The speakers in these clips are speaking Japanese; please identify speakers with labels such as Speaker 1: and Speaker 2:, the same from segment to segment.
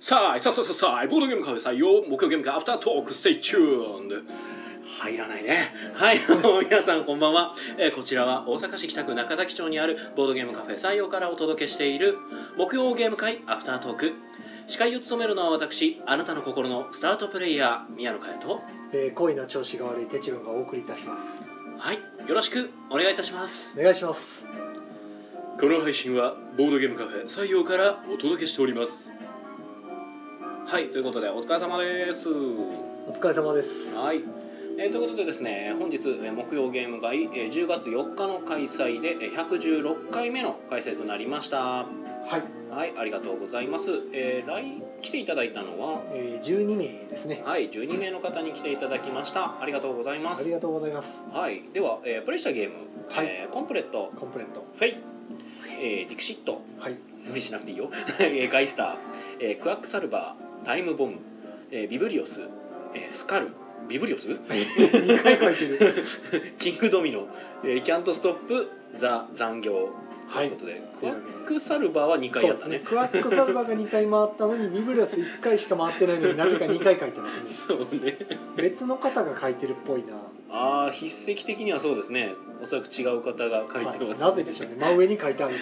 Speaker 1: さあいさあさあさあボードゲームカフェ採用目標ゲームカフェアフタートークステイチューンド入らないねはい 皆さんこんばんは、えーこちらは大阪市北区中崎町にあるボードゲームカフェ採用からお届けしている木曜ゲーム会アフタートーク司会を務めるのは私あなたの心のスタートプレイヤー宮野佳代と
Speaker 2: えー、恋の調子が悪いテチロンがお送りいたします
Speaker 1: はいよろしくお願いいたします
Speaker 2: お願いします
Speaker 1: この配信はボードゲームカフェ採用からお届けしておりますはいということでお疲れ様です
Speaker 2: お疲れ様です
Speaker 1: はい、えーということでですね本日、えー木曜ゲーム会、えー10月4日の開催でえー116回目の開催となりました
Speaker 2: はい、
Speaker 1: はいありがとうございます、えー来来ていただいたのは
Speaker 2: えー、12名ですね
Speaker 1: はい12名の方に来ていただきましたありがとうございま
Speaker 2: あ
Speaker 1: す
Speaker 2: りがとうございます
Speaker 1: はいでは、えープレイしたゲーム、
Speaker 2: はい
Speaker 1: えーコンプレット
Speaker 2: コンプレート
Speaker 1: フェイ、えーディクシット
Speaker 2: はい
Speaker 1: 無理しなくていいよ えーガイスター、えークワックサルバータイムボム、えービブリオス、えースカルビブリオス
Speaker 2: 2回書いて る
Speaker 1: キングドミノ、えーキャントストップザ残業と
Speaker 2: はいいう
Speaker 1: ことで、クワックサルバーは2回やったね
Speaker 2: クワックサルバーが2回回ったのにビブリオス1回しか回ってないのになぜか2回書いてます
Speaker 1: そ
Speaker 2: ね
Speaker 1: うね
Speaker 2: 別の方が書いてるっぽいな、
Speaker 1: ああ筆跡的にはそうですねおそらく違う方が書いてます、
Speaker 2: はいなぜでしょうね真上に書いてある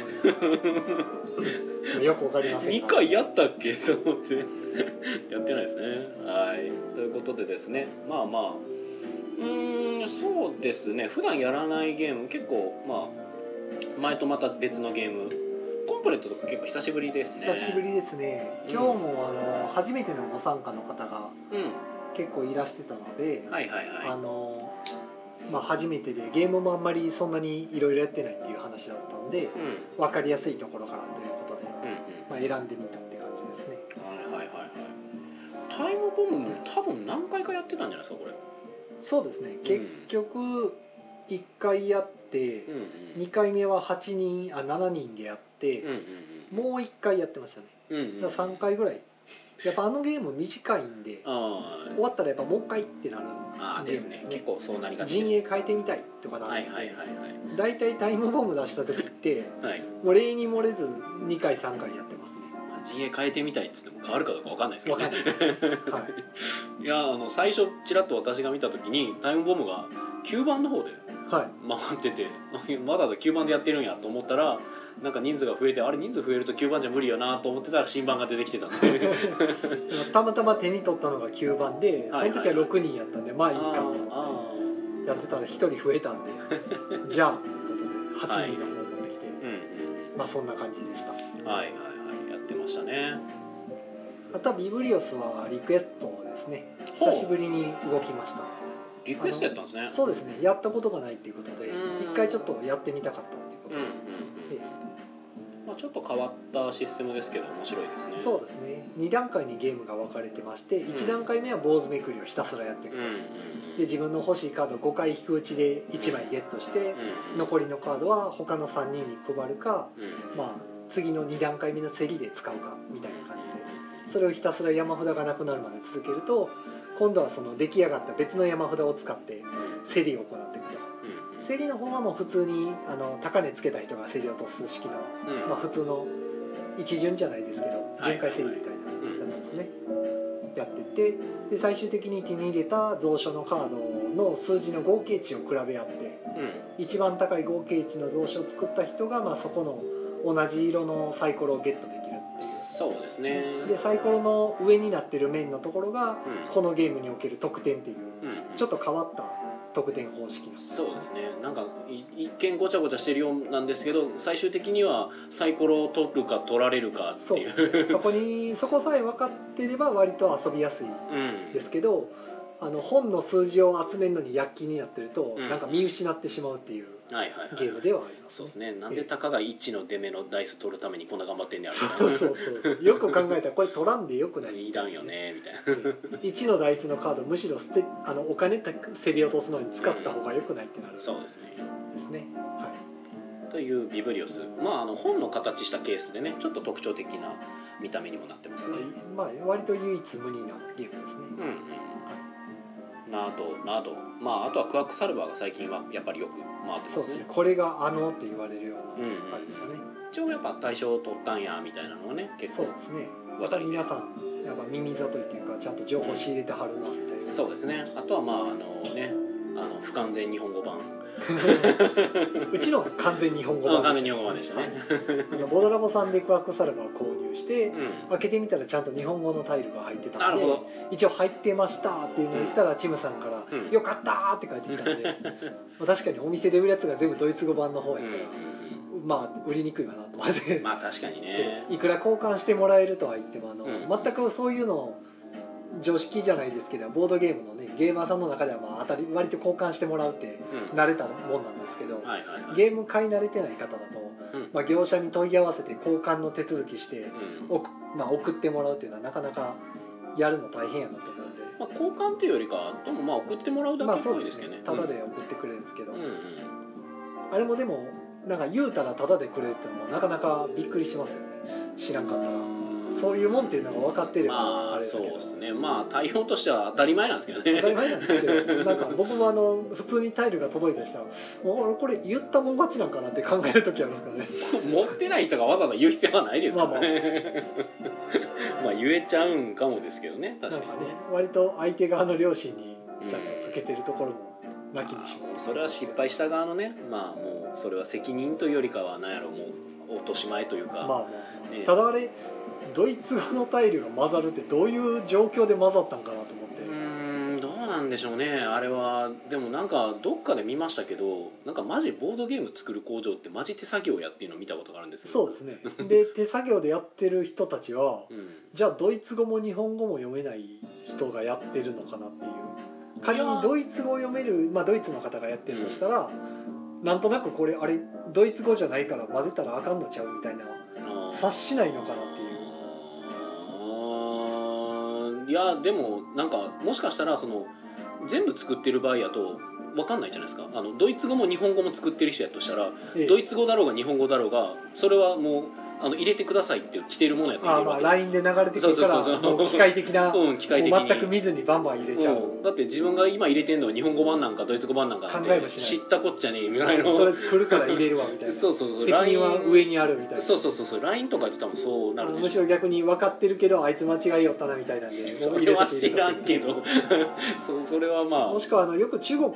Speaker 2: のに よくわかりません
Speaker 1: 2
Speaker 2: が
Speaker 1: 回やったっけと思っ てやってないですねはいということでですねまあまあうーんそうですね普段やらないゲーム結構まあ前とまた別のゲームコンプレットとか結構久しぶりですね
Speaker 2: 久しぶりですね今日もあの初めてのご参加の方が
Speaker 1: うん
Speaker 2: 結構いらしてたので、
Speaker 1: はいはい
Speaker 2: あ
Speaker 1: は
Speaker 2: のまあ初めてでゲームもあんまりそんなにいろいろやってないっていう話だったんで
Speaker 1: いうん
Speaker 2: 分かりやすいところからということで、
Speaker 1: うんうん
Speaker 2: まあ、選んでみたって感じですね
Speaker 1: はいはいはいはいタイムボムも多分何回かやってたんじゃないですかこれ
Speaker 2: そうですね結局1回やって
Speaker 1: うんうん
Speaker 2: 2回目は8人あ7人でやって
Speaker 1: うんうん
Speaker 2: もう1回やってましたね
Speaker 1: うんうんうん
Speaker 2: だ3回ぐらいやっぱあのゲーム短いんで
Speaker 1: あー
Speaker 2: 終わったらやっぱもう1回ってなる
Speaker 1: あー
Speaker 2: ん
Speaker 1: ですね結構そうなりがちです
Speaker 2: 陣営変えてみたいとかな
Speaker 1: は
Speaker 2: る
Speaker 1: い
Speaker 2: ん
Speaker 1: はい
Speaker 2: で
Speaker 1: はいは
Speaker 2: 大体タイムボム出した時って
Speaker 1: いはい
Speaker 2: もう例に漏れず2回3回やってますね
Speaker 1: まあ陣営変えてみたいっつっても変わるかどうかわかんない ですけど
Speaker 2: わかん
Speaker 1: ね
Speaker 2: ないですは
Speaker 1: い
Speaker 2: い
Speaker 1: やあの最初ちらっと私が見た時にタイムボムが9番の方で
Speaker 2: は
Speaker 1: 回
Speaker 2: い
Speaker 1: って てわざわざ9番でやってるんやと思ったらなんか人数が増えてあれ人数増えると9番じゃ無理よなと思ってたら新版が出てきてたんで
Speaker 2: たまたま手に取ったのが9番でそ
Speaker 1: はいはいは
Speaker 2: の
Speaker 1: い
Speaker 2: 時は6人やったんでま あいいかと思っ
Speaker 1: あ
Speaker 2: てやってたら1人増え たんでじゃあということで8人の方持って
Speaker 1: ー
Speaker 2: きて、
Speaker 1: うんうん
Speaker 2: まあそんな感じでし
Speaker 1: う
Speaker 2: た
Speaker 1: んはいはいはいやってましたね
Speaker 2: またビブリオスはリクエストですね
Speaker 1: ほう
Speaker 2: 久しぶりに動きました
Speaker 1: リクエストやったんですね
Speaker 2: そうですねやったことがないっていうことで
Speaker 1: うん
Speaker 2: 一回ちょっとやってみたかったっていう
Speaker 1: う
Speaker 2: こ
Speaker 1: んう
Speaker 2: と
Speaker 1: ん
Speaker 2: で
Speaker 1: うんうんまあちょっと変わったシステムですけど面白いですね
Speaker 2: そうですね2段階にゲームが分かれてまして
Speaker 1: ん
Speaker 2: 1段階目は坊主めくりをひたすらやっていく
Speaker 1: うん
Speaker 2: と、
Speaker 1: うんうん
Speaker 2: で自分の欲しいカード5回引くうちで1枚ゲットして
Speaker 1: うん
Speaker 2: 残りのカードは他の3人に配るか、
Speaker 1: うん
Speaker 2: まあ、次の2段階目の競りで使うかみたいな感じでそれをひたすら山札がなくなるまで続けると今度はその出来上がった別の山札を使って
Speaker 1: うんうん
Speaker 2: 競りを行っていくと競りの方はもう普通にあの高値つけた人が競り落とす式の、
Speaker 1: うんうん
Speaker 2: まあ、普通の一巡じゃないですけど
Speaker 1: い
Speaker 2: 巡回競りみたいなやつですねやってってで最終的に手に入れた蔵書のカードの数字の合計値を比べ合って
Speaker 1: うん
Speaker 2: 一番高い合計値の蔵書を作った人が、まあ、そこの同じ色のサイコロをゲットできる
Speaker 1: そうですね。
Speaker 2: でサイコロの上になってる面のところが
Speaker 1: うん
Speaker 2: このゲームにおける得点っていう
Speaker 1: うん
Speaker 2: ちょっと変わった得点方式の
Speaker 1: そうですねなんかい一見ごちゃごちゃしてるようなんですけど最終的にはサイコロを取るか取られるかって
Speaker 2: そう
Speaker 1: いう
Speaker 2: ですねそこにそこさえ分かってれば割と遊びやすい
Speaker 1: うん
Speaker 2: ですけどあの本の数字を集めるのに躍起になってると、
Speaker 1: うん
Speaker 2: なんか見失ってしまうっていう
Speaker 1: はいはいはい
Speaker 2: ゲームではあります
Speaker 1: そう
Speaker 2: ね、
Speaker 1: ですねなんでたかが1の出目のダイス取るためにこんな頑張ってんねやろ
Speaker 2: そうそうそうよく考えたらこれ取らんでよくない
Speaker 1: いらんよねみたいな
Speaker 2: 1のダイスのカードむしろ捨てあのお金た競り落とすのに使った方が良くないってなるんですね
Speaker 1: そうですね
Speaker 2: は
Speaker 1: というビブリオスまああの本の形したケースでねちょっと特徴的な見た目にもなってますね
Speaker 2: い、まあ割と唯一無二のゲームです
Speaker 1: うん
Speaker 2: ね
Speaker 1: うんなどなど、まあ、あとはクワックサルバーが最近はやっぱりよく回ってま
Speaker 2: そう
Speaker 1: す
Speaker 2: ですね
Speaker 1: ね
Speaker 2: これがあのって言われるよう
Speaker 1: うんうん
Speaker 2: なあれですよね、
Speaker 1: 一応やっぱ大賞を取ったんやみたいなのはね結
Speaker 2: そう
Speaker 1: 構
Speaker 2: ですね
Speaker 1: 話題で
Speaker 2: 皆さんやっぱ耳ざといっていうかちゃんと情報仕入れてはるなみたいな、
Speaker 1: そうですねあとはまああのねあの不完全日本語版
Speaker 2: うちのは完全日本語
Speaker 1: あ完
Speaker 2: で
Speaker 1: 全
Speaker 2: し
Speaker 1: 日
Speaker 2: た
Speaker 1: 本語版でしたね、
Speaker 2: あのボドラボさんでクワックサルバーを購入して
Speaker 1: う
Speaker 2: 開けてみたらちゃんと日本語のタイルが入って
Speaker 1: んな
Speaker 2: たん
Speaker 1: るほ
Speaker 2: で
Speaker 1: ど
Speaker 2: 一応入ってましたっていうのを言ったら、チムさんから「
Speaker 1: うん
Speaker 2: よかった!」って返ってきた んでまあ確かにお店で売るやつが全部ドイツ語版の方
Speaker 1: うん
Speaker 2: や
Speaker 1: う
Speaker 2: っ
Speaker 1: ん
Speaker 2: たら、
Speaker 1: う
Speaker 2: まあ売りにくいわなと思って
Speaker 1: ん、まあ確かにね
Speaker 2: いくら交換してもらえるとは言ってもあの、
Speaker 1: うん
Speaker 2: 全くそういうの常識じゃないですけどボードゲームのねゲーマーさんの中ではまあ当たり割と交換してもらうって
Speaker 1: うん
Speaker 2: 慣れたもんなんですけど、
Speaker 1: はいはいはい
Speaker 2: ゲーム買い慣れてない方だと、
Speaker 1: うん
Speaker 2: まあ、業者に問い合わせて交換の手続きして
Speaker 1: うん
Speaker 2: おくまあ、送ってもらうっていうのはなかなかやるの大変やなと思うんで。
Speaker 1: まあ、交換っていうよりかはでもまあ送ってもらうだ
Speaker 2: まあ
Speaker 1: けっ
Speaker 2: そ
Speaker 1: ぽ
Speaker 2: う
Speaker 1: いで
Speaker 2: ですす
Speaker 1: けど
Speaker 2: ね
Speaker 1: ね、
Speaker 2: タダで送ってくれるんですけど、
Speaker 1: うんうんうん
Speaker 2: あれもでもなんか言うたらタダでくれるってのもなかなかびっくりしますよね知らんかったらそういうもんっていうのが分かってれば
Speaker 1: ま
Speaker 2: あ
Speaker 1: あ
Speaker 2: れです
Speaker 1: そう
Speaker 2: けど
Speaker 1: ですねまあ対応としては当たり前なんですけどね
Speaker 2: 当たり前なんですけどなんか僕もあの普通にタイルが届いたりしたらもう俺これ言ったもん勝ちなんかなって考える時あるんですからね
Speaker 1: 持ってない人がわざわざ言う必要はないですからね、 まあ言えちゃうんかもですけどね
Speaker 2: なん
Speaker 1: 確
Speaker 2: かね
Speaker 1: かにね
Speaker 2: 割と相手側の両親にちゃんとかけてるところもなきにしも
Speaker 1: あーそれは失敗した側のねまあもうそれは責任というよりかは何やろもう落とし前という
Speaker 2: ま
Speaker 1: か、
Speaker 2: あまあま
Speaker 1: ね
Speaker 2: あただあれドイツ語のタイルが混ざるってどういう状況で混ざったんかなと思って
Speaker 1: うーんどうなんでしょうねあれはでもなんかどっかで見ましたけどなんかマジボードゲーム作る工場ってマジ手作業やっていうのを見たことがあるんですけど
Speaker 2: そうです ねで手作業でやってる人たちは
Speaker 1: うん
Speaker 2: じゃあドイツ語も日本語も読めない人がやってるのかなっていう仮にドイツ語を読める、まあ、ドイツの方がやってるとしたら、なんとなくこれあれドイツ語じゃないから混ぜたらあかんのちゃうみたいな
Speaker 1: あー
Speaker 2: 察しないのかなっていう
Speaker 1: あーいやでもなんかもしかしたらその全部作ってる場合やと分かんないじゃないですかあのドイツ語も日本語も作ってる人やとしたら、
Speaker 2: ええ
Speaker 1: ドイツ語だろうが日本語だろうがそれはもうあの入れてくださいって来てるものやと
Speaker 2: あ
Speaker 1: 思
Speaker 2: あ
Speaker 1: う
Speaker 2: まあ
Speaker 1: わけ
Speaker 2: LINE で流れてくるか
Speaker 1: そうそう
Speaker 2: ら
Speaker 1: そうそう
Speaker 2: もう機械的な、もう
Speaker 1: うん機械的に
Speaker 2: 全く見ずにバンバン入れちゃう、
Speaker 1: うんだって自分が今入れてんのは日本語版なんかドイツ語版なんかなん
Speaker 2: 考え
Speaker 1: て
Speaker 2: もしない
Speaker 1: 知ったこっちゃねえみ
Speaker 2: と
Speaker 1: たい
Speaker 2: り
Speaker 1: な
Speaker 2: あえず来るから入れるわみたいな
Speaker 1: そうそうそう
Speaker 2: 責任は
Speaker 1: LINE
Speaker 2: 上にあるみたいな
Speaker 1: そうそうそうそう LINE とかって多分そうな
Speaker 2: あ
Speaker 1: る
Speaker 2: の
Speaker 1: で
Speaker 2: む
Speaker 1: し
Speaker 2: し
Speaker 1: ょ
Speaker 2: ろ逆に分かってるけどあいつ間違いよったなみたいなんでもう
Speaker 1: そ
Speaker 2: 入
Speaker 1: れ
Speaker 2: れ
Speaker 1: は
Speaker 2: とけ
Speaker 1: 知らんけどそうそれはまあ
Speaker 2: もしくはあのよく中国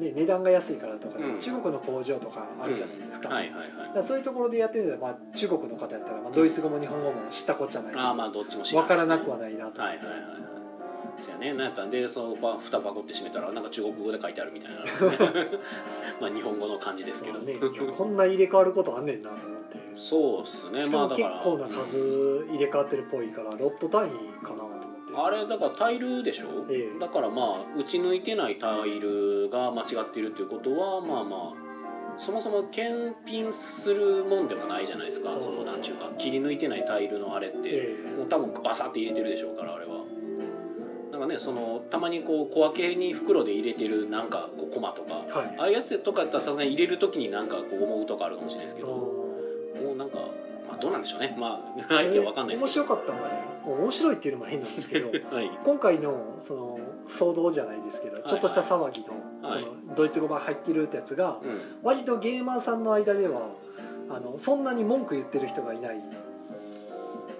Speaker 2: ね値段が安いからとかね、
Speaker 1: うん
Speaker 2: 中国の工場とかあるじゃないですか,、
Speaker 1: はいはいはい
Speaker 2: だからそういうところでやってるのは、まあ、中国の方やったら、まあ、ドイツ語も日本語も知ったこっちゃない、
Speaker 1: ああまあどっちも知
Speaker 2: 分からなく
Speaker 1: は
Speaker 2: はないなと、
Speaker 1: はいはいはいはいですよねなんやったんでそのまあ蓋パコって閉めたらなんか中国語で書いてあるみたいな、 まあ日本語の漢字ですけ
Speaker 2: そ
Speaker 1: ど
Speaker 2: うね、いやこんな入れ替わることあんねんなと思って
Speaker 1: そうっすね
Speaker 2: しか
Speaker 1: ま
Speaker 2: も
Speaker 1: あだ
Speaker 2: 結
Speaker 1: から
Speaker 2: 構な数入れ替わってるっぽいからロット単位かなと思って
Speaker 1: あれだからタイルでしょ、
Speaker 2: ええ
Speaker 1: だからまあ打ち抜いてないタイルが間違ってるっていうことはまあまあそもそも検品するもんでもないじゃないですか
Speaker 2: そう
Speaker 1: そのなんちゅうか切り抜いてないタイルのあれって、
Speaker 2: ええ
Speaker 1: もう多分バサって入れてるでしょうからあれは。なんかねそのたまにこう小分けに袋で入れてるなんかこうコマとか
Speaker 2: はい
Speaker 1: ああいうやつとかやったらさすがに入れる時になんかこう思うとかあるかもしれないですけどもうなんかまあどうなんでしょうねまあ 相手は分かんないです
Speaker 2: 面
Speaker 1: けど
Speaker 2: 白かったのがね面白いっていうのも変なんです けど
Speaker 1: はい
Speaker 2: 今回のその騒動じゃないですけど、
Speaker 1: はい
Speaker 2: ちょっとした騒ぎの,、
Speaker 1: はい
Speaker 2: このドイツ語版入ってるってやつが、
Speaker 1: うん
Speaker 2: 割とゲーマーさんの間ではあのそんなに文句言ってる人がいない、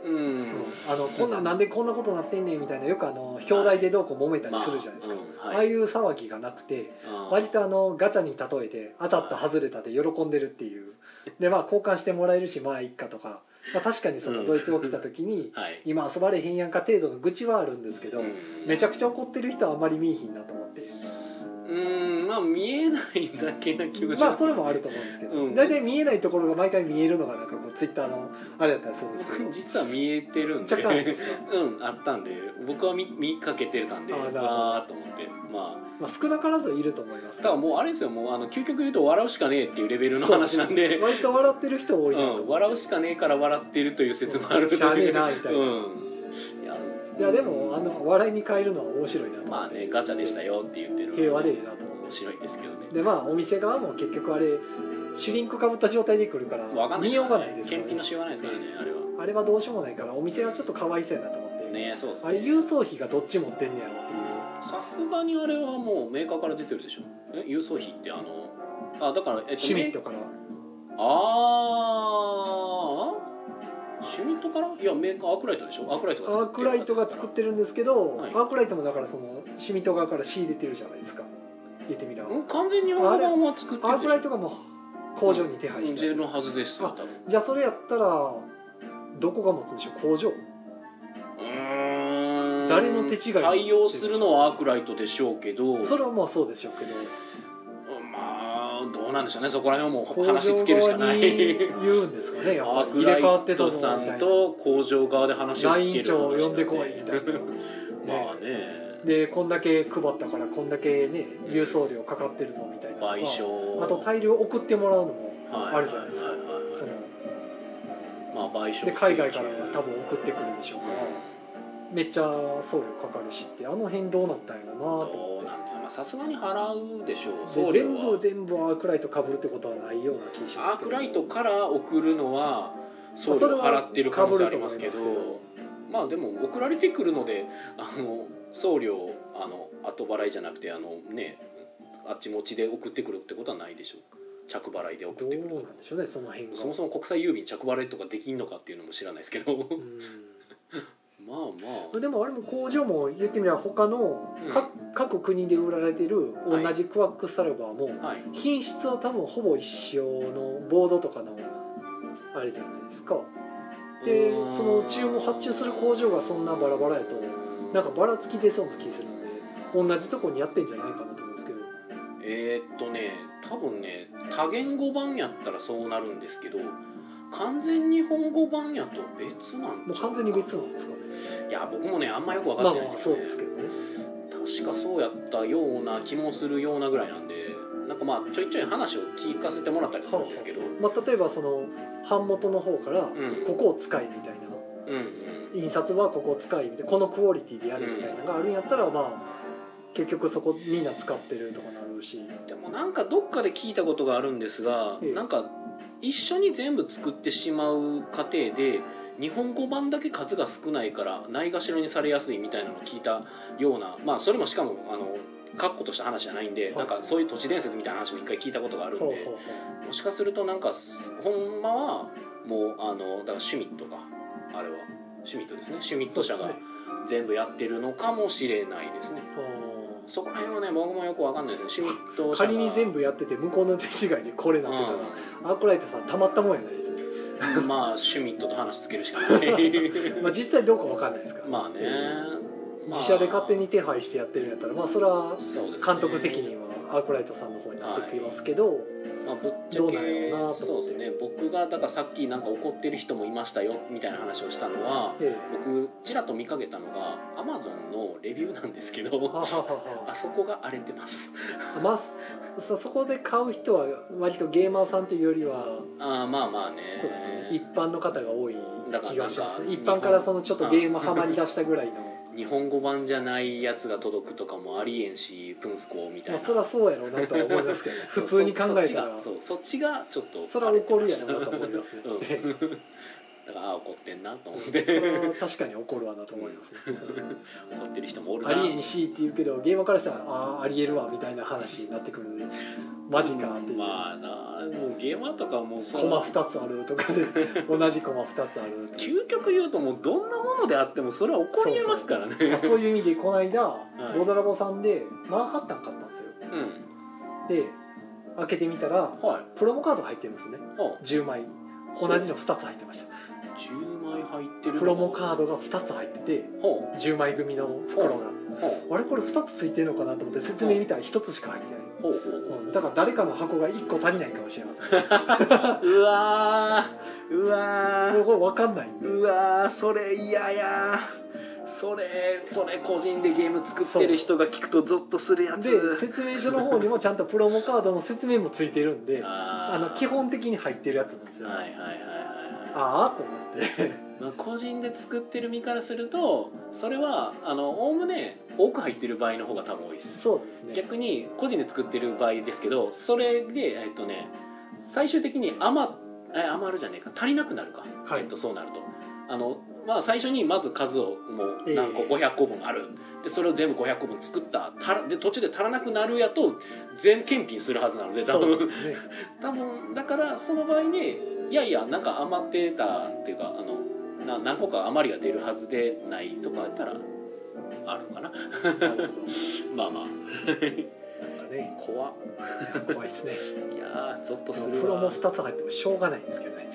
Speaker 1: うん
Speaker 2: あのこんなんなんでこんなことなってんねんみたいなよくあの表題でどうこう揉めたりするじゃないですか、
Speaker 1: まあ
Speaker 2: ああ
Speaker 1: うんはい
Speaker 2: いう騒ぎがなくて
Speaker 1: あー
Speaker 2: 割とあのガチャに例えて当たった外れたで喜んでるっていうでまあ交換してもらえるしまあいっかとか、まあ、確かにそのドイツ語来た時に
Speaker 1: はい
Speaker 2: 今遊ばれへんやんか程度の愚痴はあるんですけど、めち
Speaker 1: ゃ
Speaker 2: ゃくちゃ怒ってる人はあんまり見えひんなと思って
Speaker 1: うんまあ見えないだけな気がし
Speaker 2: ま
Speaker 1: ま
Speaker 2: あ
Speaker 1: す
Speaker 2: それもあると思うんですけど、
Speaker 1: うん
Speaker 2: 大体見えないところが毎回見えるのがなんかこうツイッターのあれだったらそうですけど
Speaker 1: 僕 実は見えてるんで
Speaker 2: 若干あるんですか、
Speaker 1: うんあったんで僕は見見かけてたんで
Speaker 2: あ
Speaker 1: あ
Speaker 2: ーなるほど
Speaker 1: あーと思ってまあ
Speaker 2: まあ、少なからずいると思います
Speaker 1: だ
Speaker 2: け
Speaker 1: か
Speaker 2: ど
Speaker 1: らもうあれですよもうあの究極言うと笑うしかねえっていうレベルの話なんで
Speaker 2: 割と笑ってる人多
Speaker 1: う
Speaker 2: いなと思って、
Speaker 1: ん、笑うしかねえから笑ってるという説もある
Speaker 2: しゃあねえなみたいな
Speaker 1: うんいや
Speaker 2: いやでもあの笑いに変えるのは面白いなと思って
Speaker 1: まあねガチャでしたよって言ってるのが
Speaker 2: 平和でいいなと思っ
Speaker 1: 面白いですけどね
Speaker 2: てでまあお店側も結局あれシュリンクかぶった状態で来るから
Speaker 1: わかんない
Speaker 2: 見
Speaker 1: です
Speaker 2: よう
Speaker 1: か
Speaker 2: が
Speaker 1: ら
Speaker 2: ない
Speaker 1: ね
Speaker 2: ですから、
Speaker 1: 検品
Speaker 2: ね
Speaker 1: の、しようがないですからねあれは
Speaker 2: あれはどうしようもないからお店はちょっとかわいそうやなと思って、
Speaker 1: ねそうです
Speaker 2: あれ
Speaker 1: ね
Speaker 2: 郵送費がどっち持ってんねやろっていう
Speaker 1: さすがにあれはもうメーカーから出てるでしょえ郵送費ってあのあだから、えっと、
Speaker 2: シュミットから
Speaker 1: ああシュミットからいやメーカーアークライトでしょアークライト
Speaker 2: ア
Speaker 1: が作
Speaker 2: ー
Speaker 1: って
Speaker 2: ク
Speaker 1: る
Speaker 2: ライトが作ってるんですけど、
Speaker 1: はい
Speaker 2: アークライトもだからそのシミット側から仕入れてるじゃないですか言ってみれば
Speaker 1: うん完全に日本語版は作って
Speaker 2: ア
Speaker 1: る
Speaker 2: ー
Speaker 1: でし
Speaker 2: ク
Speaker 1: ょ
Speaker 2: ライトがもう工場に手配してある、
Speaker 1: のはずですよ
Speaker 2: あ
Speaker 1: 多分
Speaker 2: じゃあそれやったらどこが持つんでしょう工場
Speaker 1: うーん
Speaker 2: 誰の手違い
Speaker 1: 対応するのはアークライトでしょうけど
Speaker 2: それはまあそうでしょうけど
Speaker 1: まあどうなんでしょうねそこら辺はも
Speaker 2: 工
Speaker 1: う
Speaker 2: 場側
Speaker 1: 話つけるしかない
Speaker 2: に言うんですかねや っ
Speaker 1: アー
Speaker 2: ぱり
Speaker 1: ク
Speaker 2: 入
Speaker 1: ラ
Speaker 2: れ
Speaker 1: イ
Speaker 2: 替わってた
Speaker 1: ト
Speaker 2: の
Speaker 1: さん
Speaker 2: み
Speaker 1: と工場側で話を
Speaker 2: たい
Speaker 1: つ
Speaker 2: なライ
Speaker 1: け
Speaker 2: ン
Speaker 1: るの
Speaker 2: 長
Speaker 1: か
Speaker 2: 呼んでこ
Speaker 1: ない
Speaker 2: みたいな、
Speaker 1: まあ
Speaker 2: ね、
Speaker 1: ね
Speaker 2: でこんだけ配ったからこんだけね郵送料かかってるぞみたいなとか
Speaker 1: 賠償
Speaker 2: あと大量送ってもらうのも
Speaker 1: はい
Speaker 2: あるじゃないですか
Speaker 1: はははい
Speaker 2: その
Speaker 1: まあ賠償請求
Speaker 2: で海外から多分送ってくるでしょうから、めっちゃ送料かかるしってあの辺どうなったんやろうなと
Speaker 1: うん
Speaker 2: 思
Speaker 1: どう
Speaker 2: って
Speaker 1: なんだまあさすがに払うでしょう
Speaker 2: で
Speaker 1: 送料
Speaker 2: 全部
Speaker 1: は
Speaker 2: 全部アークライトかぶるってことはないような気がしますけ
Speaker 1: ア
Speaker 2: ど
Speaker 1: ークライトから送るのは送料払ってる可能性ありますけど
Speaker 2: まあそれは被ると思い
Speaker 1: まあでも送られてくるのであの送料あの後払いじゃなくてあのねあっち持ちで送ってくるってことはないでしょ着払いで送
Speaker 2: ど
Speaker 1: ってく
Speaker 2: う
Speaker 1: る
Speaker 2: なんでしょうねその辺が
Speaker 1: そもそも国際郵便着払いとかできんのかっていうのも知らないですけど まあ
Speaker 2: う
Speaker 1: ま
Speaker 2: んでもあれも工場も言ってみれば他の
Speaker 1: うん
Speaker 2: 各,、各国で売られてる
Speaker 1: はい
Speaker 2: 同じクワックサルバーも
Speaker 1: あはい
Speaker 2: 品質は多分ほぼ一緒のボードとかのあれじゃないですかで
Speaker 1: うーん
Speaker 2: その注文発注する工場がそんなバラバラやとなんかばらつき出そうな気するんで同じとこにやってんじゃないかなと思うんですけど
Speaker 1: えーっとね多分ね多言語版やったらそうなるんですけど完全日本語版やと別なんちゃ
Speaker 2: もう
Speaker 1: か
Speaker 2: 完全に別なんですかね
Speaker 1: いや僕もねあんまよく分
Speaker 2: ま
Speaker 1: か
Speaker 2: あ
Speaker 1: って
Speaker 2: ま
Speaker 1: ない
Speaker 2: あ
Speaker 1: ですけ
Speaker 2: そう
Speaker 1: ど、ね
Speaker 2: ですけどね
Speaker 1: 確かそうやったような気もするようなぐらいなんでなんかまあちょいちょい話を聞かせてもらったりするんですけど、うん
Speaker 2: まあ例えばその版元の方か
Speaker 1: ん
Speaker 2: らここを使いみたいな
Speaker 1: うん
Speaker 2: 印刷はここを使いみたいなこのクオリティでやるみたいなのがあるんやったらまあ結局そこみんな使ってるとかなるし
Speaker 1: でもなんかどっかで聞いたことがあるんですが、
Speaker 2: ええ
Speaker 1: なんか一緒に全部作ってしまう過程で日本語版だけ数が少ないからないがしろにされやすいみたいなのを聞いたようなまあそれもしかもあの確固とした話じゃないんで、
Speaker 2: はい
Speaker 1: なんかそういう都市伝説みたいな話も一回聞いたことがあるんで、
Speaker 2: ほうほうほ
Speaker 1: もしかするとなんかすほんまはもうあのだからシュミットかあれはシュミットですねシュミッ
Speaker 2: う
Speaker 1: ト社
Speaker 2: そう
Speaker 1: が
Speaker 2: ですね
Speaker 1: 全部やってるのかもしれないですね
Speaker 2: あ
Speaker 1: そこら辺はね僕もよくわかんないですねシュミット
Speaker 2: ー
Speaker 1: 社が
Speaker 2: 仮に全部やってて向こうの手違いでこれなってたらアークライトさんたまったもんやないですね
Speaker 1: うんまあシュミットと話つけるしか ない
Speaker 2: まあ実際どうかわかんないですから
Speaker 1: まあね、まあ
Speaker 2: 自社で勝手に手配してやってるんやったらまあそれは
Speaker 1: そうですね
Speaker 2: 監督責任はアークライトさんの方になってきますけど、
Speaker 1: まあ、ぶっちゃ
Speaker 2: どう
Speaker 1: け
Speaker 2: なんやろうなと思って
Speaker 1: そうですね僕がだからさっきなんか怒ってる人もいましたよみたいな話をしたのは
Speaker 2: ええ
Speaker 1: 僕ちらっと見かけたのがアマゾンのレビューなんですけど
Speaker 2: ははは
Speaker 1: あそこが荒れてます。
Speaker 2: はまあそそこで買う人は割とゲーマーさんというよりは
Speaker 1: あーまあまあね。
Speaker 2: そうですね一般の方が多い気がし
Speaker 1: だからなん
Speaker 2: ま
Speaker 1: か
Speaker 2: す一般からそのちょっとゲームハマり出したぐらいの
Speaker 1: 日本語版じゃないやつが届くとかもありえんし、プンスコみたい
Speaker 2: まあ
Speaker 1: な。
Speaker 2: そりゃそうやろうなとは思いま すけどね普通に考えたら
Speaker 1: そそっちがそうそっちがちょっと
Speaker 2: そりゃ怒るや
Speaker 1: 荒
Speaker 2: ろう
Speaker 1: れ
Speaker 2: な
Speaker 1: て
Speaker 2: と
Speaker 1: ま
Speaker 2: 思
Speaker 1: し
Speaker 2: います
Speaker 1: た、うん
Speaker 2: ね
Speaker 1: だからあー怒ってんなと思っ
Speaker 2: それ
Speaker 1: て
Speaker 2: は確かに怒るわなと思いますね、
Speaker 1: 怒ってる人もおるな
Speaker 2: ありえんしって言うけどゲーマーからしたらああありえるわみたいな話になってくるんでマジかっていう、
Speaker 1: まあなもうゲーマーとかもうそ
Speaker 2: コマ
Speaker 1: の
Speaker 2: 2つあるとかで同じコマ2つある っていう
Speaker 1: 究極言うともうどんなものであってもそれは怒りえますからね
Speaker 2: まあそういう意味でこの間、
Speaker 1: い
Speaker 2: ボドラボさんでマンハッタン買ったんですよ
Speaker 1: うん
Speaker 2: で開けてみたら
Speaker 1: はい
Speaker 2: プロモカード入ってるんですね
Speaker 1: あ
Speaker 2: 10枚同じの2つ入ってました
Speaker 1: 10枚入ってる
Speaker 2: プロモカードが2つ入ってて
Speaker 1: ほ
Speaker 2: 10枚組の袋が
Speaker 1: うほう
Speaker 2: あれこれ2つついてるのかなと思って説明見たら1つしか入って
Speaker 1: ほうほ
Speaker 2: ない、う、
Speaker 1: うんほ
Speaker 2: だ
Speaker 1: う
Speaker 2: から誰かの箱が1個足りないかもしれません
Speaker 1: うわー うわ
Speaker 2: これ
Speaker 1: ー
Speaker 2: 分かんないんで
Speaker 1: うわーそれ嫌やそれそれ個人でゲーム作ってる人が聞くとゾッとするやつ
Speaker 2: で説明書の方にもちゃんとプロモカードの説明もついてるんで
Speaker 1: あー
Speaker 2: あの基本的に入ってるやつなんですよ、
Speaker 1: はいはいはいはいは
Speaker 2: ああと思って
Speaker 1: い、まあ、個人で作ってる身からするとそれはあのおおむね多く入ってる場合の方が多分多いです
Speaker 2: そうですね
Speaker 1: 逆に個人で作ってる場合ですけどそれでえっとね最終的に余っえ余るじゃねえか足りなくなるか、
Speaker 2: はい
Speaker 1: えっと、そうなるとあの、まあ、最初にまず数をもう何個
Speaker 2: ええ
Speaker 1: 500個分あるでそれを全部500個分作ったたらで途中で足らなくなるやと全検品するはずなので多
Speaker 2: そう
Speaker 1: 分
Speaker 2: ですね
Speaker 1: 多分だからその場合にいやいやなんか余ってたっていうかあのな何個か余りが出るはずでないとかやったらあるのかな
Speaker 2: なるほ
Speaker 1: まあまあ
Speaker 2: どなんかね
Speaker 1: 怖っ
Speaker 2: 怖いですね
Speaker 1: いやーゾッとす
Speaker 2: プ
Speaker 1: る
Speaker 2: ロ
Speaker 1: わ
Speaker 2: も2つ入ってもしょうがないんですけどね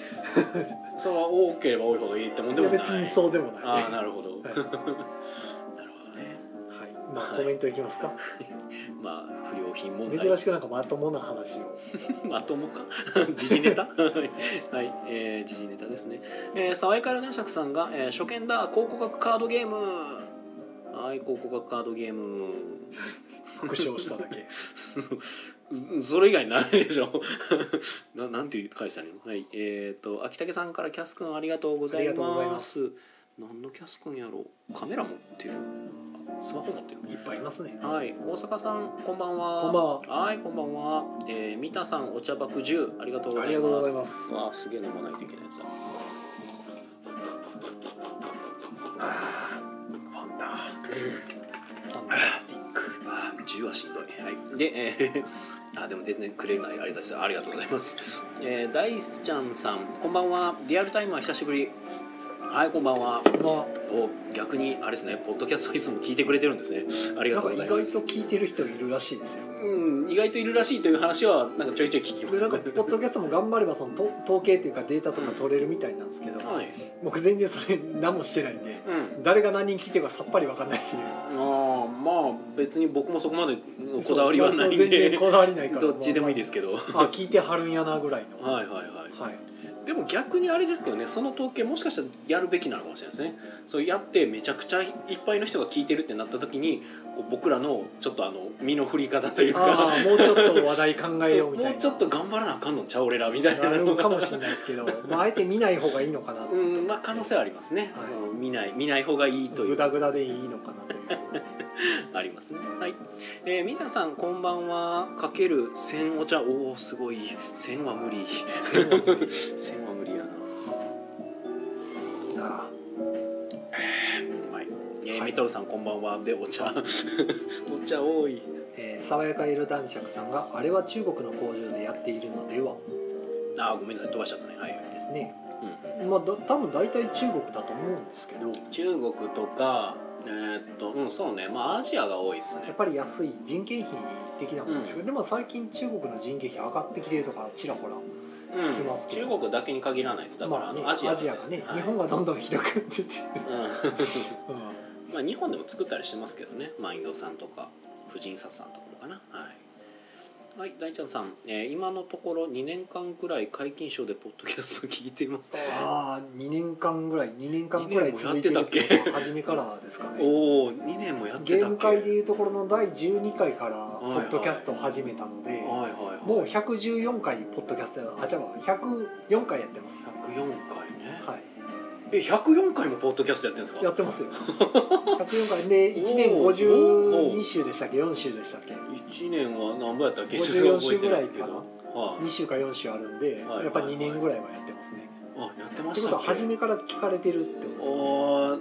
Speaker 1: それは多ければ多い方がいいってもんでも
Speaker 2: い
Speaker 1: ない
Speaker 2: や別にそうでもないね
Speaker 1: ああなるほどな
Speaker 2: は
Speaker 1: る
Speaker 2: い
Speaker 1: ほどね
Speaker 2: はいま
Speaker 1: は
Speaker 2: あ
Speaker 1: い
Speaker 2: コメントいきますか、
Speaker 1: まあ不良品問題
Speaker 2: 珍しくなんかまともな話を
Speaker 1: まともか 時事ネタはい、えー、時事ネタですね、えー、沢井から男爵さんが、えー初見だ考古学カードゲームはい考古学カードゲーム
Speaker 2: 復唱しただけ
Speaker 1: それ以外ないでしょ ななんて返したらいいのはいえっ、と秋武さんからキャス君ありがとうござい
Speaker 2: ありがとうござい
Speaker 1: ま
Speaker 2: ます
Speaker 1: 何のキャス君やろうカメラ持ってるあスマホ持ってる
Speaker 2: いっぱいいますね
Speaker 1: はい、大阪さん、こんばんは。
Speaker 2: こんばんは。
Speaker 1: はい、こんばんは。えー、三田さん、お茶爆十、ありがとうご
Speaker 2: あ
Speaker 1: ざ
Speaker 2: り
Speaker 1: い
Speaker 2: がとうご
Speaker 1: ます
Speaker 2: ざい。ます
Speaker 1: わあ、すげえ飲まないといけないやつだ。あー、ファンだ。あー、十はしんどい。はい。で、えー あーでも全然くれないあれですありがとうございます、えー、大ちゃんさんこんばんはリアルタイムは久しぶりはいこんばんは
Speaker 2: ま
Speaker 1: お逆にあれですねポッドキャストいつも聞いてくれてるんですねあり
Speaker 2: あ
Speaker 1: が
Speaker 2: なん
Speaker 1: とう
Speaker 2: か
Speaker 1: ご
Speaker 2: 意
Speaker 1: ざ
Speaker 2: 外
Speaker 1: います
Speaker 2: と聞いてる人いるらしいですよ
Speaker 1: うん、意外といるらしいという話はなんかちょいちょい聞きま
Speaker 2: でな
Speaker 1: す
Speaker 2: んかポッドキャストも頑張ればそのと統計というかデータとか取れるみたいなんですけど、
Speaker 1: はい、
Speaker 2: 僕全然それ何もしてないんで
Speaker 1: うん、
Speaker 2: 誰が何人聞いてるかさっぱりわかんないっていう
Speaker 1: ああまあ別に僕もそこまでのこだわりはないん
Speaker 2: そう全
Speaker 1: で
Speaker 2: 然こだわりないから
Speaker 1: どっちでもいいですすけどはい
Speaker 2: あ聞いてはるんやなぐらいの
Speaker 1: はいはい
Speaker 2: はい
Speaker 1: でも逆にあれですけどねその統計もしかしたらやるべきなのかもしれないですねそうやってめちゃくちゃいっぱいの人が聞いてるってなった時にこう僕らのちょっとあの身の振り方という か
Speaker 2: ああもうちょっと話題考えようみた
Speaker 1: も
Speaker 2: いうな
Speaker 1: ちょっと頑張らなあかんのちゃう俺らみたい
Speaker 2: な
Speaker 1: な
Speaker 2: るかもしれないですけど、まあ、あえて見ない方がいいのかな
Speaker 1: うんまあ可能性はありますね、
Speaker 2: はい
Speaker 1: うん見ない見ない方がいいという
Speaker 2: グダグダでいいのかなという
Speaker 1: ありますね。はい。えー、皆さんこんばんは。かける千お茶。おおすごい。千は無理。 千は無理やな。
Speaker 2: な
Speaker 1: はい。えー、
Speaker 2: はい
Speaker 1: メタルさんこんばんは。でお茶。 お茶多い。
Speaker 2: えー爽やかエル男爵さんが「あれは中国の工場でやっているのでは?
Speaker 1: あーごめんなさい飛ばしちゃったね。はい」。
Speaker 2: ですね
Speaker 1: うん
Speaker 2: まあだ多分大体中国だと思うんですけどや
Speaker 1: 中国とかえーっとうんそうね。まあアジアが多いですね
Speaker 2: っ。ぱり安い人件費的なものでしょうけど、でも最近中国の人件費上がってきてるとかちらほら
Speaker 1: うん
Speaker 2: 聞きますけど
Speaker 1: 中国だけに限らないです。だから、
Speaker 2: まあね、
Speaker 1: のアジア
Speaker 2: が
Speaker 1: です
Speaker 2: ね、
Speaker 1: はい
Speaker 2: 日本がどんどんひどくなってて、
Speaker 1: う
Speaker 2: うん
Speaker 1: んまあ日本でも作ったりしてますけどね。マインドさんとか婦人札さんとかもかな。はい。はい、大ちゃんさん、えー今のところ2年間くらい解禁賞でポッドキャスト聞いてます。
Speaker 2: ああ2年間ぐらい2年間ぐらい続いてるって
Speaker 1: 二年もやってた
Speaker 2: いうのは初めからですかね
Speaker 1: おお、2年もやって
Speaker 2: ゲ
Speaker 1: た
Speaker 2: ー
Speaker 1: っ
Speaker 2: ム
Speaker 1: け。
Speaker 2: 界でいうところの第12回から
Speaker 1: い
Speaker 2: ポッドキャストを始めたので、
Speaker 1: はいはいはい。
Speaker 2: もう114回ポッドキャストやあじゃあ104回やってます
Speaker 1: 104回ね。
Speaker 2: は
Speaker 1: え、104回もポッドキャストやってるんです
Speaker 2: いや
Speaker 1: か。
Speaker 2: っ てますよ104回で1年
Speaker 1: おー
Speaker 2: 52週でしたっけ4週でしたっけ
Speaker 1: 1年は何ぼやったっけ。ちょっと
Speaker 2: 54
Speaker 1: 覚え
Speaker 2: 週
Speaker 1: てない
Speaker 2: ぐら
Speaker 1: で
Speaker 2: い
Speaker 1: すけ
Speaker 2: か
Speaker 1: ど。
Speaker 2: な
Speaker 1: はい
Speaker 2: 2週か4週あるんで、
Speaker 1: はい
Speaker 2: やっぱ2年ぐらいはやってますね、
Speaker 1: あ、やってま
Speaker 2: とい
Speaker 1: し
Speaker 2: う
Speaker 1: た
Speaker 2: ことは
Speaker 1: っ
Speaker 2: 初
Speaker 1: け。
Speaker 2: めから聞かれてるってことで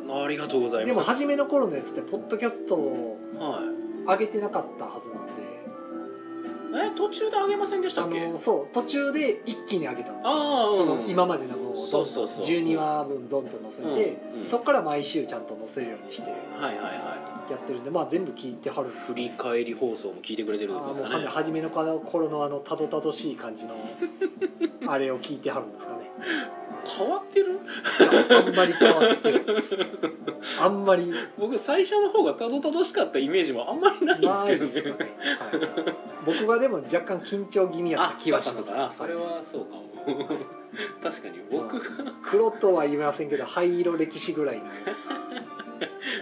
Speaker 2: すね
Speaker 1: ああ、ありがとうございます。
Speaker 2: でも初めの頃のやつってポッドキャストを
Speaker 1: はい。
Speaker 2: 上げてなかったはずなんで
Speaker 1: え、途中であげませんでした
Speaker 2: あ
Speaker 1: っけ。
Speaker 2: のそう途中で一気に上げたんですよ
Speaker 1: ああ、
Speaker 2: そ
Speaker 1: うん
Speaker 2: の今までのものを
Speaker 1: そ
Speaker 2: ど
Speaker 1: うん
Speaker 2: ど
Speaker 1: そ
Speaker 2: ん
Speaker 1: うそう
Speaker 2: 12話分どんと載せて、
Speaker 1: うんうん
Speaker 2: そこから毎週ちゃんと載せるようにしてや
Speaker 1: はいはいは
Speaker 2: ってるんで、まあ、全部聞いてはるんで
Speaker 1: い。
Speaker 2: す
Speaker 1: 振
Speaker 2: け
Speaker 1: り
Speaker 2: ど
Speaker 1: 返り放送も聞いてくれてるって
Speaker 2: あ
Speaker 1: こ
Speaker 2: ーも
Speaker 1: と
Speaker 2: う
Speaker 1: ですかね。
Speaker 2: 初めの頃のあのたどたどしい 感じのあれを聞いてはるんですかね
Speaker 1: 変わってる。
Speaker 2: いやあんまり変わってないですあんまり
Speaker 1: 僕最初の方がたどたどしかったイメージもあんまりないんです けど
Speaker 2: ない
Speaker 1: ね。
Speaker 2: ねはい、僕がでも若干緊張気味やっ
Speaker 1: あ
Speaker 2: た、気
Speaker 1: そ
Speaker 2: は
Speaker 1: う
Speaker 2: し
Speaker 1: かそ
Speaker 2: ます
Speaker 1: うか。あそれはそうかも。 確かに僕が
Speaker 2: 黒とは言いませんけど灰色歴史ぐらいの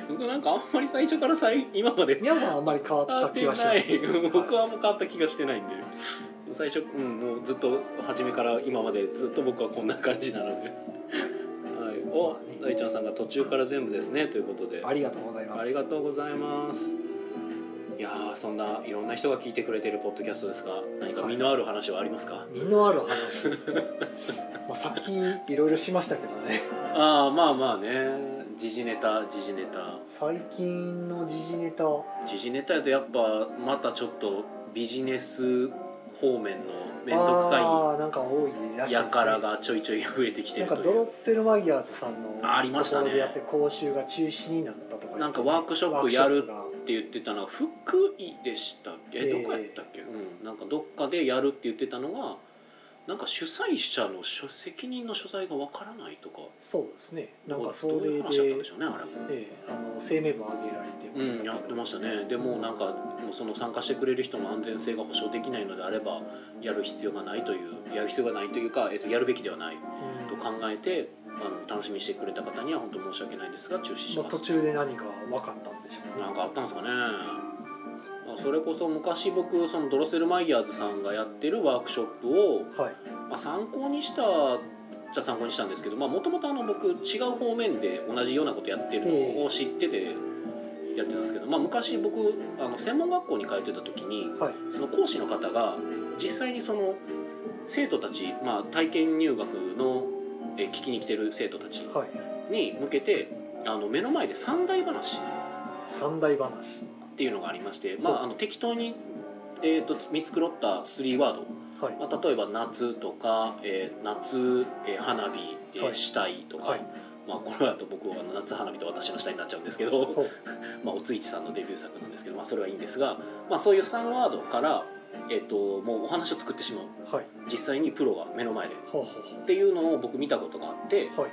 Speaker 1: 僕なんかあんまり最初から最今まで
Speaker 2: 皆さんはあんまり変わっ
Speaker 1: 変わったて
Speaker 2: 気はしま
Speaker 1: な
Speaker 2: す
Speaker 1: い。 僕
Speaker 2: は
Speaker 1: はもう変わった気がしてないんで。最初うんもうずっと初めから今までずっと僕はこんな感じなので。はい。お
Speaker 2: まあね
Speaker 1: 大ちゃんさんが途中から全部ですねということで
Speaker 2: い。ありがとうございま
Speaker 1: あり
Speaker 2: す
Speaker 1: がとうございます。いやーあそんないろんな人が聞いてくれてるポッドキャストですが何か身のある話はありますか、
Speaker 2: 身のある話 まあさっきいろいろしましたけどね
Speaker 1: ああまあまあね時事ネタ時事ネタ
Speaker 2: 最近の時事ネタ
Speaker 1: 時事ネタやとやっぱまたちょっとビジネス方面の面倒くさ
Speaker 2: あーなんか多いら
Speaker 1: い
Speaker 2: しいです、
Speaker 1: や
Speaker 2: ね、
Speaker 1: からがちょいちょい増えてきて
Speaker 2: なん
Speaker 1: ると
Speaker 2: かド
Speaker 1: い
Speaker 2: ロ
Speaker 1: う
Speaker 2: ッセルマギアーズさんの
Speaker 1: あありましたね
Speaker 2: ところでやって講習が中止になったとか言って
Speaker 1: なんかワークショップやる
Speaker 2: ワークショップが
Speaker 1: って言ってたのは福井でしたっけえ
Speaker 2: え
Speaker 1: ど
Speaker 2: え
Speaker 1: こやったっけ、うん、なんかどっかでやるって言ってたのがなんか主催者の所責任の所在がわからないとか
Speaker 2: そうですねなんかそれ
Speaker 1: どう
Speaker 2: で
Speaker 1: いう話だったんでしょうねあれも。
Speaker 2: ええあの声明文上げられてまし
Speaker 1: う
Speaker 2: たけ
Speaker 1: ん、
Speaker 2: ど
Speaker 1: やってましたねでもうなんかもうその参加してくれる人の安全性が保証できないのであればやる必要がないというやる必要がないというか、えっと、やるべきではない
Speaker 2: う
Speaker 1: と
Speaker 2: ん
Speaker 1: 考えてあの楽しみにしてくれた方には本当申し訳ないですが中止し
Speaker 2: まあ、
Speaker 1: ま
Speaker 2: 途
Speaker 1: す、
Speaker 2: 中で何か分かったんでしょう
Speaker 1: なんかあったんですかねあそれこそ昔僕そのドロセル・マイヤーズさんがやってるワークショップを、
Speaker 2: はい
Speaker 1: まあ、参考にしたじゃ参考にしたんですけどもともと僕違う方面で同じようなことやってるのを知っててやってたんですけど、まあ、昔僕あの専門学校に通ってた時に
Speaker 2: はい
Speaker 1: その講師の方が実際にその生徒たち、まあ、体験入学のえ聞きに来てる生徒たち
Speaker 2: はい
Speaker 1: に向けてあの目の前で三大話
Speaker 2: 三大話
Speaker 1: っていうのがありまして、まあ、あの適当に、えー、と見繕った3ワード
Speaker 2: はい
Speaker 1: まあ、例えば夏とか、えー夏、えー花火、えー
Speaker 2: はい
Speaker 1: 死体とか、
Speaker 2: はい
Speaker 1: まあ、これだと僕はあの夏花火と私の死体になっちゃうんですけど、
Speaker 2: ほう
Speaker 1: まあ、おついちさんのデビュー作なんですけど、まあ、それはいいんですが、まあ、そういう3ワードから、えー、ともうお話を作ってしまう
Speaker 2: はい
Speaker 1: 実際にプロが目の前で。
Speaker 2: ほうほう
Speaker 1: っていうのを僕見たことがあって、
Speaker 2: ほうはい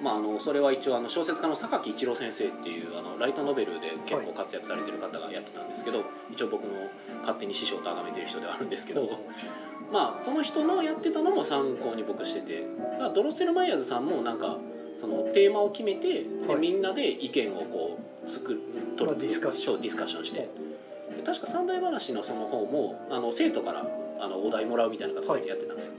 Speaker 1: まあ、あのそれは一応あの小説家の榊一郎先生っていうあのライトノベルで結構活躍されてる方がやってたんですけど、一応僕の勝手に師匠と崇めてる人ではあるんですけど、
Speaker 2: ほうほ
Speaker 1: まあその人のやってたのも参考に僕しててだからドロッセルマイヤーズさんもなんかそのテーマを決めて、で
Speaker 2: はい
Speaker 1: みんなで意見をこう作る取
Speaker 2: ま
Speaker 1: る
Speaker 2: あディスカッション
Speaker 1: そうディスカッションしてで確か三大話のその方もあの生徒からあのお題もらうみたいな形でやってたんですよ、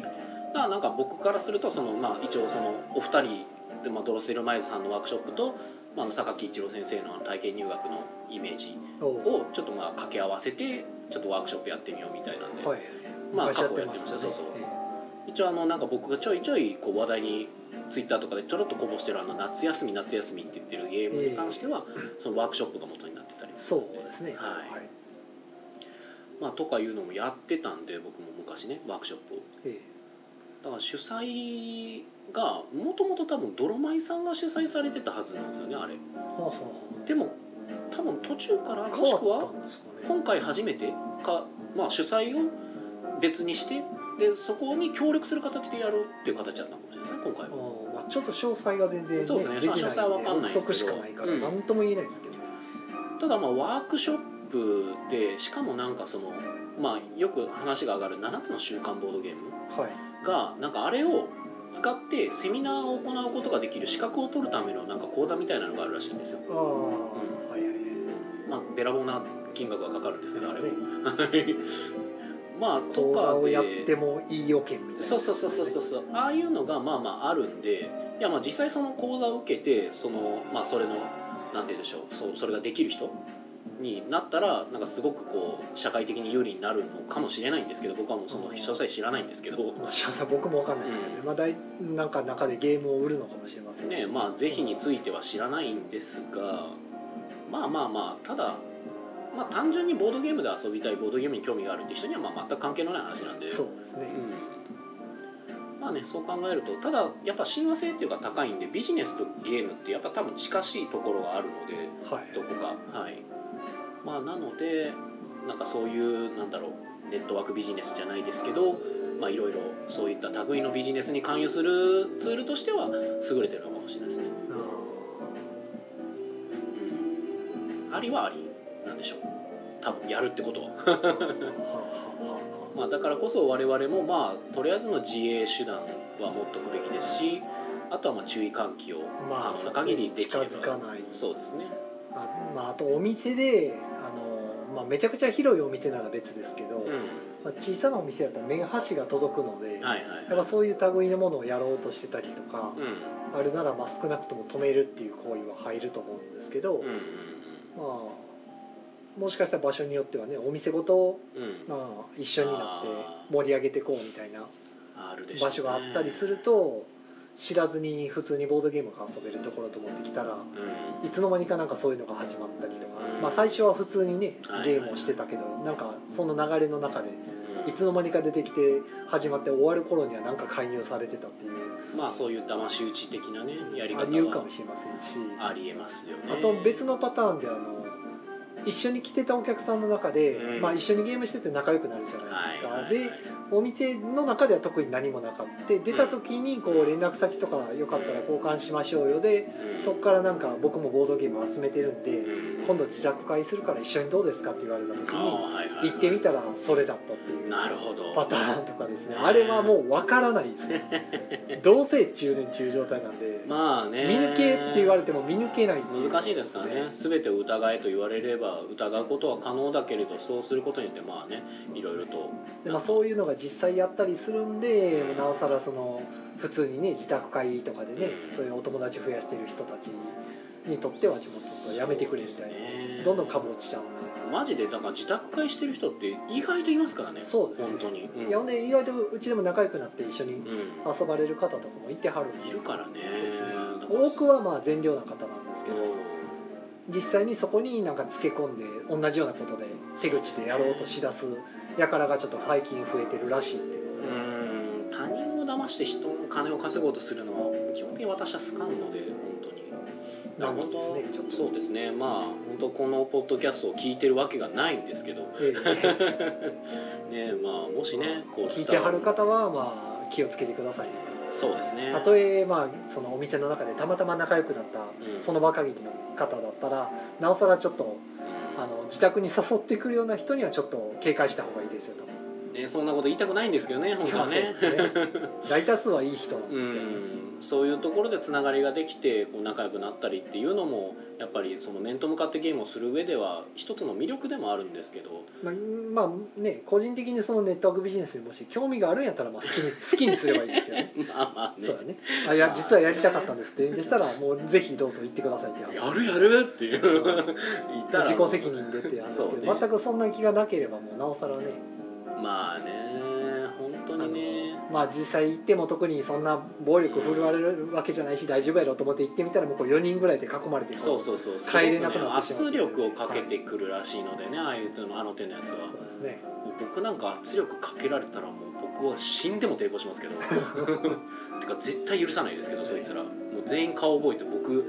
Speaker 1: だからなんか僕からするとその、まあ、一応そのお二人で、まあ、ドロッセルマイヤーズさんのワークショップと、まあ、あの榊一郎先生の体験入学のイメージ
Speaker 2: うほ
Speaker 1: をちょっとまあ掛け合わせてちょっとワークショップやってみようみたいなんで、
Speaker 2: うはい
Speaker 1: まあ
Speaker 2: 昔
Speaker 1: 過去やってましたそうそう
Speaker 2: ええ
Speaker 1: 一応あのなんか僕がちょいちょいこう話題にツイッターとかでちょろっとこぼしてるあの夏休み夏休みって言ってるゲームに関してはそのワークショップが元になってたりす
Speaker 2: そ
Speaker 1: る
Speaker 2: うん
Speaker 1: で
Speaker 2: ですね
Speaker 1: はいまあとかいうのもやってたんで僕も昔ねワークショップを
Speaker 2: え
Speaker 1: だから主催がもともと多分泥舞さんが主催されてたはずなんですよねあれ
Speaker 2: えほうほうほう
Speaker 1: でも多分途中から
Speaker 2: 変
Speaker 1: もしく
Speaker 2: わっ
Speaker 1: は
Speaker 2: たんですかね
Speaker 1: 今回初めてか、まあ、主催を別にしてでそこに協力する形でやるっていう形だったかもしれないですね今回は
Speaker 2: あ。ーまあちょっと詳細が全然、
Speaker 1: そうですね
Speaker 2: できないんで
Speaker 1: 詳細は分かんないですけど
Speaker 2: 憶測しかないから
Speaker 1: うん
Speaker 2: 何とも言えないですけど、
Speaker 1: ただまあワークショップでしかもなんかそのまあよく話が上がる7つの習慣ボードゲーム
Speaker 2: はい
Speaker 1: がなんかあれを使ってセミナーを行うことができる資格を取るためのなんか講座みたいなのがあるらしいんですよ、
Speaker 2: ああ、はいはいはい
Speaker 1: まあ、べらぼうな金額がかかるんですけどあれは、
Speaker 2: ね
Speaker 1: はい まあと
Speaker 2: 動画
Speaker 1: か
Speaker 2: を
Speaker 1: で
Speaker 2: やってもいい予見みたいな
Speaker 1: そうそうそうそうそうそうああいうのがまあまああるんでいやまあ実際その講座を受けてそのまあそれのなんて言うんでしょうそうそれができる人になったらなんかすごくこう社会的に有利になるのかもしれないんですけど僕はもうその詳細知らないんですけど、
Speaker 2: まあ、詳細僕も分かんないですけどね、
Speaker 1: うん
Speaker 2: まあ、だいなんか中でゲームを売るのかもしれませんし
Speaker 1: ねまあ是非については知らないんですがまあまあまあただまあ単純にボードゲームで遊びたいボードゲームに興味があるって人にはまあ全く関係のない話なんで
Speaker 2: そうですね、
Speaker 1: うんまあねそう考えるとただやっぱ親和性っていうか高いんでビジネスとゲームってやっぱ多分近しいところがあるので
Speaker 2: はい
Speaker 1: どこかはいまあなのでなんかそういうなんだろうネットワークビジネスじゃないですけどまあいろいろそういった類のビジネスに関与するツールとしては優れてるのかもしれないですね
Speaker 2: あ
Speaker 1: うんありはありなんでしょう多分やるってことは
Speaker 2: ーはあはあは
Speaker 1: まあ、だからこそ我々もまあとりあえずの自衛手段は持っとくべきですしあとはまあ注意喚起を
Speaker 2: あ
Speaker 1: 可能
Speaker 2: まあ
Speaker 1: な限りできれ
Speaker 2: 近
Speaker 1: ば、
Speaker 2: づかない
Speaker 1: そうですね
Speaker 2: あ,、まあ、あとお店であの、まあ、めちゃくちゃ広いお店なら別ですけど、
Speaker 1: うん
Speaker 2: まあ、小さなお店だったら目が箸が届くので、
Speaker 1: はいはい
Speaker 2: やっぱそういう類のものをやろうとしてたりとか
Speaker 1: う、ん
Speaker 2: あるならまあ少なくとも止めるっていう行為は入ると思うんですけど、
Speaker 1: うんうんうん
Speaker 2: まあもしかしたら場所によってはねお店ごと、
Speaker 1: うん
Speaker 2: まあ、一緒にな
Speaker 1: あ
Speaker 2: って盛り上げてこうみたいな
Speaker 1: あるでしょう
Speaker 2: 場
Speaker 1: ね
Speaker 2: 所があったりすると知らずに普通にボードゲームが遊べるところと思ってきたら
Speaker 1: うん
Speaker 2: いつの間にかなんかそういうのが始まったりとか
Speaker 1: うん、
Speaker 2: まあ、最初は普通にね
Speaker 1: はいはい
Speaker 2: ゲームをしてたけどなんかその流れの中で
Speaker 1: うん
Speaker 2: いつの間にか出てきて始まって終わる頃にはなんか介入されてたっていう
Speaker 1: まあそういう騙し討ち的なねやり方
Speaker 2: ありうか
Speaker 1: は
Speaker 2: もしれませんし
Speaker 1: ありえますよね
Speaker 2: あと別のパターンであの一緒に来てたお客さんの中で、
Speaker 1: うん
Speaker 2: まあ、一緒にゲームしてて仲良くなるじゃないですか、
Speaker 1: はいはいはい
Speaker 2: でお店の中では特に何もなかった出た時にこう連絡先とかよかったら交換しましょうよで
Speaker 1: うん
Speaker 2: そっからなんか僕もボードゲーム集めてるん
Speaker 1: う
Speaker 2: で
Speaker 1: ん
Speaker 2: 今度自宅会するから一緒にどうですかって言われた時
Speaker 1: あー
Speaker 2: に
Speaker 1: はいはいはい
Speaker 2: 行ってみたらそれだったっていう
Speaker 1: なるほど
Speaker 2: パターンとかですねあれはもう分からないで すねどうせ中年中状態なんで
Speaker 1: まあね
Speaker 2: 見抜けって言われても見抜けないってう
Speaker 1: 難しいですからね全てを疑えと言われれば疑うことは可能だけれどそうすることによってまあねいろいろと
Speaker 2: でまあ、そういうのが実際やったりするんでなおさらその普通にね自宅会とかでね
Speaker 1: うん
Speaker 2: そういうお友達増やしてる人たちにとってはもうちょっとやめてくれみたい
Speaker 1: そうですね
Speaker 2: などんどん株落ちちゃうん
Speaker 1: マジでだから自宅会してる人って意外といますからね
Speaker 2: でそうですね
Speaker 1: 本当にうん
Speaker 2: いやほんで意外とうちでも仲良くなって一緒に
Speaker 1: う
Speaker 2: 遊ばれる方とかもいてはるん
Speaker 1: ん
Speaker 2: で
Speaker 1: いるからね
Speaker 2: そう
Speaker 1: だ
Speaker 2: そ
Speaker 1: か
Speaker 2: う
Speaker 1: ら
Speaker 2: 多くはまあ善良な方なんですけど
Speaker 1: う
Speaker 2: 実際にそこになんかつけ込んで同じようなことで手口でやろうとしだす輩がちょっと最近増えてるらしいっていうの
Speaker 1: んうん他人を騙して人の金を稼ごうとするのは基本的に私は好かんので本当にだから
Speaker 2: なん
Speaker 1: 本
Speaker 2: と
Speaker 1: 当
Speaker 2: ですねちょっと
Speaker 1: そうですねまあ本当このポッドキャストを聞いてるわけがないんですけど
Speaker 2: ええ
Speaker 1: ねまあもしねこう
Speaker 2: 聞いてはる
Speaker 1: 伝わ
Speaker 2: 方はまあ気をつけてくださいね
Speaker 1: そうですね
Speaker 2: たとえまあそのお店の中でたまたま仲良くなった
Speaker 1: うん
Speaker 2: その場限りの方だったらなおさらちょっと
Speaker 1: うん
Speaker 2: あの自宅に誘ってくるような人にはちょっと警戒した方がいいですよと
Speaker 1: ね、そんなこと言いたくないんですけど ね本当はね
Speaker 2: そうですね大多数はいい人なん
Speaker 1: う
Speaker 2: ですけど、
Speaker 1: んそういうところでつながりができてこう仲良くなったりっていうのもやっぱりその面と向かってゲームをする上では一つの魅力でもあるんですけ ど
Speaker 2: まあ、まあね個人的にそのネットワークビジネスにもし興味があるんやったらまあ好きに 好きにすればいいですけどね
Speaker 1: まあまあね
Speaker 2: そうだねあいや実はやりたかったんですって言うんでしたらもうぜひどうぞ言ってくださいっていう話
Speaker 1: やるやるっていう言ったら
Speaker 2: 自己責任でってやるんですけど、
Speaker 1: そうね
Speaker 2: 全くそんな気がなければもうなおさらね
Speaker 1: まあね本当
Speaker 2: あの
Speaker 1: にね
Speaker 2: まあ実際行っても特にそんな暴力振るわれるわけじゃないし大丈夫やろうと思って行ってみたらもうこう4人ぐらいで囲まれてこ
Speaker 1: そうそうそう
Speaker 2: 帰れなくなって
Speaker 1: す
Speaker 2: し
Speaker 1: ご
Speaker 2: ま
Speaker 1: く
Speaker 2: う
Speaker 1: ね圧力をかけてくるらしいのでねああいうのあの手のやつは
Speaker 2: そうですね
Speaker 1: 僕なんか圧力かけられたらもう僕は死んでも抵抗しますけ どてか絶対許さないですけどそいつらもう全員顔覚えて僕もう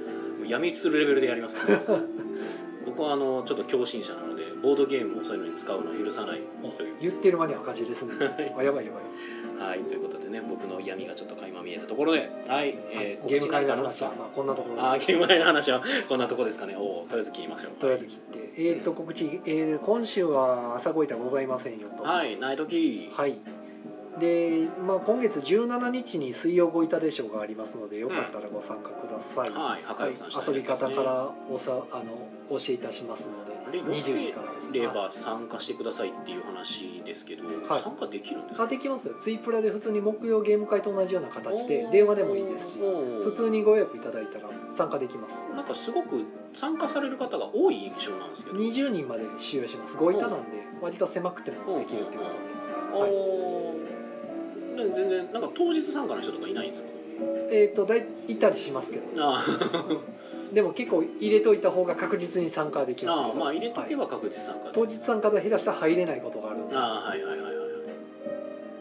Speaker 1: 闇討ちするレベルでやりますから 僕はあのちょっと狂信者なのでボードゲームをそういうのに使うのを許さないという
Speaker 2: 言ってる間に赤字ですねあやばいやばい
Speaker 1: はいということでね僕の闇がちょっと垣間見えたところではい、えー、
Speaker 2: ゲーム会の
Speaker 1: 告知
Speaker 2: 話
Speaker 1: な
Speaker 2: は
Speaker 1: んか
Speaker 2: まあこんなところ
Speaker 1: あります
Speaker 2: で
Speaker 1: かあーゲーム会の話はこんなとこですかねおおとりあえず切りましょう
Speaker 2: とりあえず切ってえー、っと告知、えー今週は朝ごいたございませんよと
Speaker 1: はいナイトキー
Speaker 2: はいでまあ、今月17日に水曜ごいたでしょうがありますのでよかったらご参加ください、
Speaker 1: はい、破
Speaker 2: はい
Speaker 1: 壊さん
Speaker 2: 遊び方からおさあのお教えいたしますので
Speaker 1: レバー
Speaker 2: 20時からです
Speaker 1: レバー参加してくださいっていう話ですけど、
Speaker 2: はい
Speaker 1: 参加できるんです
Speaker 2: あ
Speaker 1: か
Speaker 2: できますよツイプラで普通に木曜ゲーム会と同じような形で
Speaker 1: おー
Speaker 2: 電話でもいいですし
Speaker 1: おー
Speaker 2: 普通にご予約いただいたら参加できます
Speaker 1: なんかすごく参加される方が多い印象なんですけど、
Speaker 2: 20人まで使用しますごいたなんで割と狭くてもできるってことはい
Speaker 1: おーで全然なんか当日参加の人とかいないんですか
Speaker 2: でえっ、とだいいたりしますけど
Speaker 1: あー
Speaker 2: でも結構入れといた方が確実に参加できます
Speaker 1: あ
Speaker 2: け
Speaker 1: ー
Speaker 2: ど
Speaker 1: まあ入れとけ
Speaker 2: は
Speaker 1: ば
Speaker 2: い
Speaker 1: 確実参加で、
Speaker 2: 当日参加で下手したら入れないことがあるので
Speaker 1: ああはいはいはいはい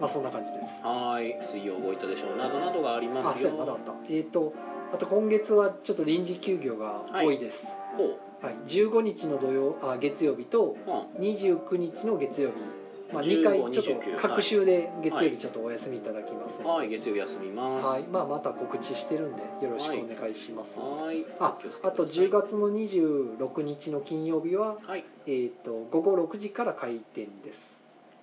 Speaker 2: まあそんな感じです
Speaker 1: はいはい水曜ごいたでしょうなどなどがありま
Speaker 2: あ
Speaker 1: す
Speaker 2: そ
Speaker 1: よ
Speaker 2: うやまだあったえっ、とあと今月はちょっと臨時休業が多いです、
Speaker 1: ほ
Speaker 2: はい15日の土曜あ月曜日と
Speaker 1: う、うん
Speaker 2: 29日の月曜日、まあ、
Speaker 1: 15
Speaker 2: 2回ちょっ
Speaker 1: 29
Speaker 2: と各週で月曜
Speaker 1: はい
Speaker 2: 日ちょっとお休みいただきますので、
Speaker 1: はい月曜休みます
Speaker 2: はいまあ、また告知してるんでよろしくお願いします、
Speaker 1: はい
Speaker 2: あ
Speaker 1: 気をつけて
Speaker 2: あと10
Speaker 1: くだ
Speaker 2: 月の26日の金曜日は、
Speaker 1: さいはい
Speaker 2: えー、と午後6時から開店です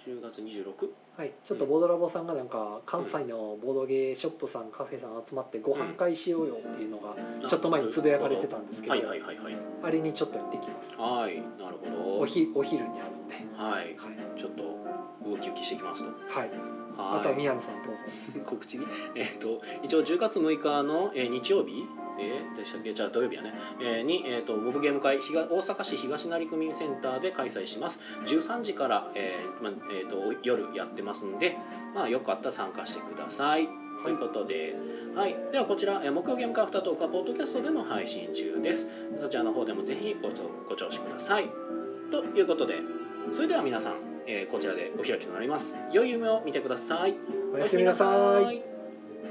Speaker 1: 10月26
Speaker 2: はい、ちょっとボードラボさんがなんか関西のボードゲーショップさんカフェさん集まってご飯会しようよっていうのがちょっと前につぶやかれてたんですけど、
Speaker 1: はいはいはいはい
Speaker 2: あれにちょっと行ってきます
Speaker 1: はいなるほど
Speaker 2: おひお昼にあるんで
Speaker 1: はい
Speaker 2: は
Speaker 1: ちょっとウキウキしてきますと
Speaker 2: い、はい、あとは宮野さんどうぞ
Speaker 1: 告知ね、えっと一応10月6日の、えー日曜日、えーでしたっけじゃあ土曜日やね、えーに、えー、とボブゲーム会東大阪市東成区民センターで開催します13時から、えーまえー、と夜やってますんで、まあ、よかったら参加してくださいということで、はい、ではこちら、えー木曜ゲームカフェアフタートークはポッドキャストでも配信中ですそちらの方でもぜひご聴ご聴取くださいということでそれでは皆さん、えーこちらでお開きとなります良い夢を見てください
Speaker 2: おやすみなさい
Speaker 1: い